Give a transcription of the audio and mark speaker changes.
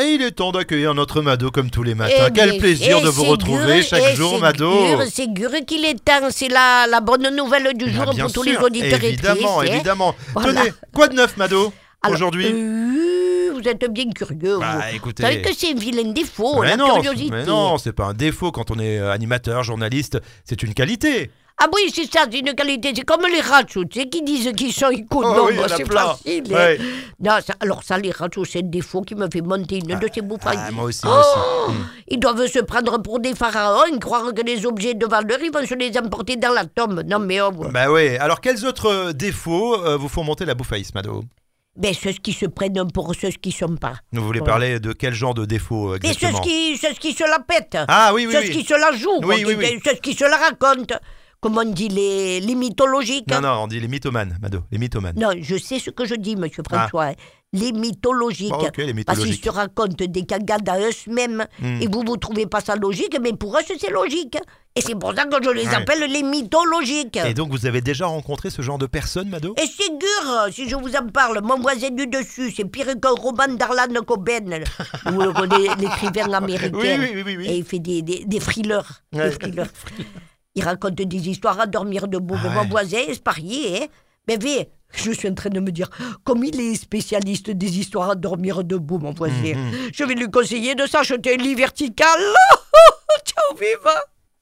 Speaker 1: Et il est temps d'accueillir notre Mado comme tous les matins.
Speaker 2: Eh
Speaker 1: Ah, Quel
Speaker 2: bien,
Speaker 1: plaisir
Speaker 2: eh,
Speaker 1: de vous
Speaker 2: c'est
Speaker 1: retrouver
Speaker 2: gur,
Speaker 1: chaque
Speaker 2: eh,
Speaker 1: jour,
Speaker 2: c'est
Speaker 1: Mado.
Speaker 2: gur, C'est gur qu'il est temps, c'est la, la bonne nouvelle du jour
Speaker 1: Ah, bien
Speaker 2: pour tous les
Speaker 1: sûr,
Speaker 2: auditeurs
Speaker 1: Évidemment,
Speaker 2: et auditrices, hein.
Speaker 1: évidemment.
Speaker 2: Voilà.
Speaker 1: Tenez, quoi de neuf, Mado
Speaker 2: Alors,
Speaker 1: Aujourd'hui
Speaker 2: euh, Vous êtes bien curieux, vous.
Speaker 1: Bah
Speaker 2: Vous savez
Speaker 1: écoutez.
Speaker 2: que c'est un vilain défaut,
Speaker 1: mais
Speaker 2: la
Speaker 1: non,
Speaker 2: curiosité.
Speaker 1: mais non, c'est pas un défaut quand on est euh, animateur, journaliste, c'est une qualité.
Speaker 2: Ah oui, c'est ça, c'est une qualité. C'est comme les rats, tu sais, qui disent qu'ils sont
Speaker 1: Oh,
Speaker 2: économes.
Speaker 1: oui, il y en a
Speaker 2: c'est
Speaker 1: plein.
Speaker 2: facile. hein.
Speaker 1: Ouais.
Speaker 2: Non, ça- alors ça, les rats, c'est un défaut qui me fait monter une de ces bouffes.
Speaker 1: Ah, moi aussi, moi
Speaker 2: Oh
Speaker 1: aussi. Hmm.
Speaker 2: Ils doivent se prendre pour des pharaons et croire que les objets de valeur, ils vont se les emporter dans la tombe. Non, mais oh,
Speaker 1: Mm. Bah oui, alors quels autres euh, défauts euh, vous font monter la bouffaïs, Mado
Speaker 2: ben, ceux qui se prennent pour ceux qui ne sont pas.
Speaker 1: Vous voulez
Speaker 2: Ouais.
Speaker 1: parler de quel genre de défaut euh,
Speaker 2: Mais ceux
Speaker 1: exactement
Speaker 2: qui, ceux qui se la pètent.
Speaker 1: Ah oui, oui,
Speaker 2: ceux
Speaker 1: oui.
Speaker 2: qui se la
Speaker 1: Oui,
Speaker 2: jouent. comme
Speaker 1: oui,
Speaker 2: tu
Speaker 1: oui.
Speaker 2: dis, Ceux qui se la racontent. Comment on dit les, les mythologiques
Speaker 1: Non, non, on dit les mythomanes, Mado, les mythomanes.
Speaker 2: Non, je sais ce que je dis, monsieur François. hein. Les mythologiques.
Speaker 1: Ah. Bon, Ah, ok, les
Speaker 2: Parce qu'ils
Speaker 1: mythologiques.
Speaker 2: se racontent des cagades à eux-mêmes.
Speaker 1: Hmm.
Speaker 2: Et vous, vous trouvez pas ça logique, mais pour eux, c'est logique. Et c'est pour ça que je les
Speaker 1: Ouais.
Speaker 2: appelle les mythologiques.
Speaker 1: Et donc vous avez déjà rencontré ce genre de personnes, Mado
Speaker 2: Et c'est dur, euh, si je vous en parle, mon voisin du dessus, c'est pire qu'un roman d'Arlan Coben, vous le connaissez, euh, l'écrivain américain.
Speaker 1: Eh Oui, oui, oui, oui, oui.
Speaker 2: Et il fait des, des, des thrillers. des
Speaker 1: Ouais.
Speaker 2: thrillers. il raconte des histoires à dormir debout.
Speaker 1: Ah
Speaker 2: Mais
Speaker 1: ouais.
Speaker 2: Mon voisin, c'est parier, hein. Mais oui, je suis en train de me dire, comme il est spécialiste des histoires à dormir
Speaker 1: Hmm,
Speaker 2: debout,
Speaker 1: Mhm.
Speaker 2: mon voisin, je vais lui conseiller de s'acheter un lit vertical. Ciao, vive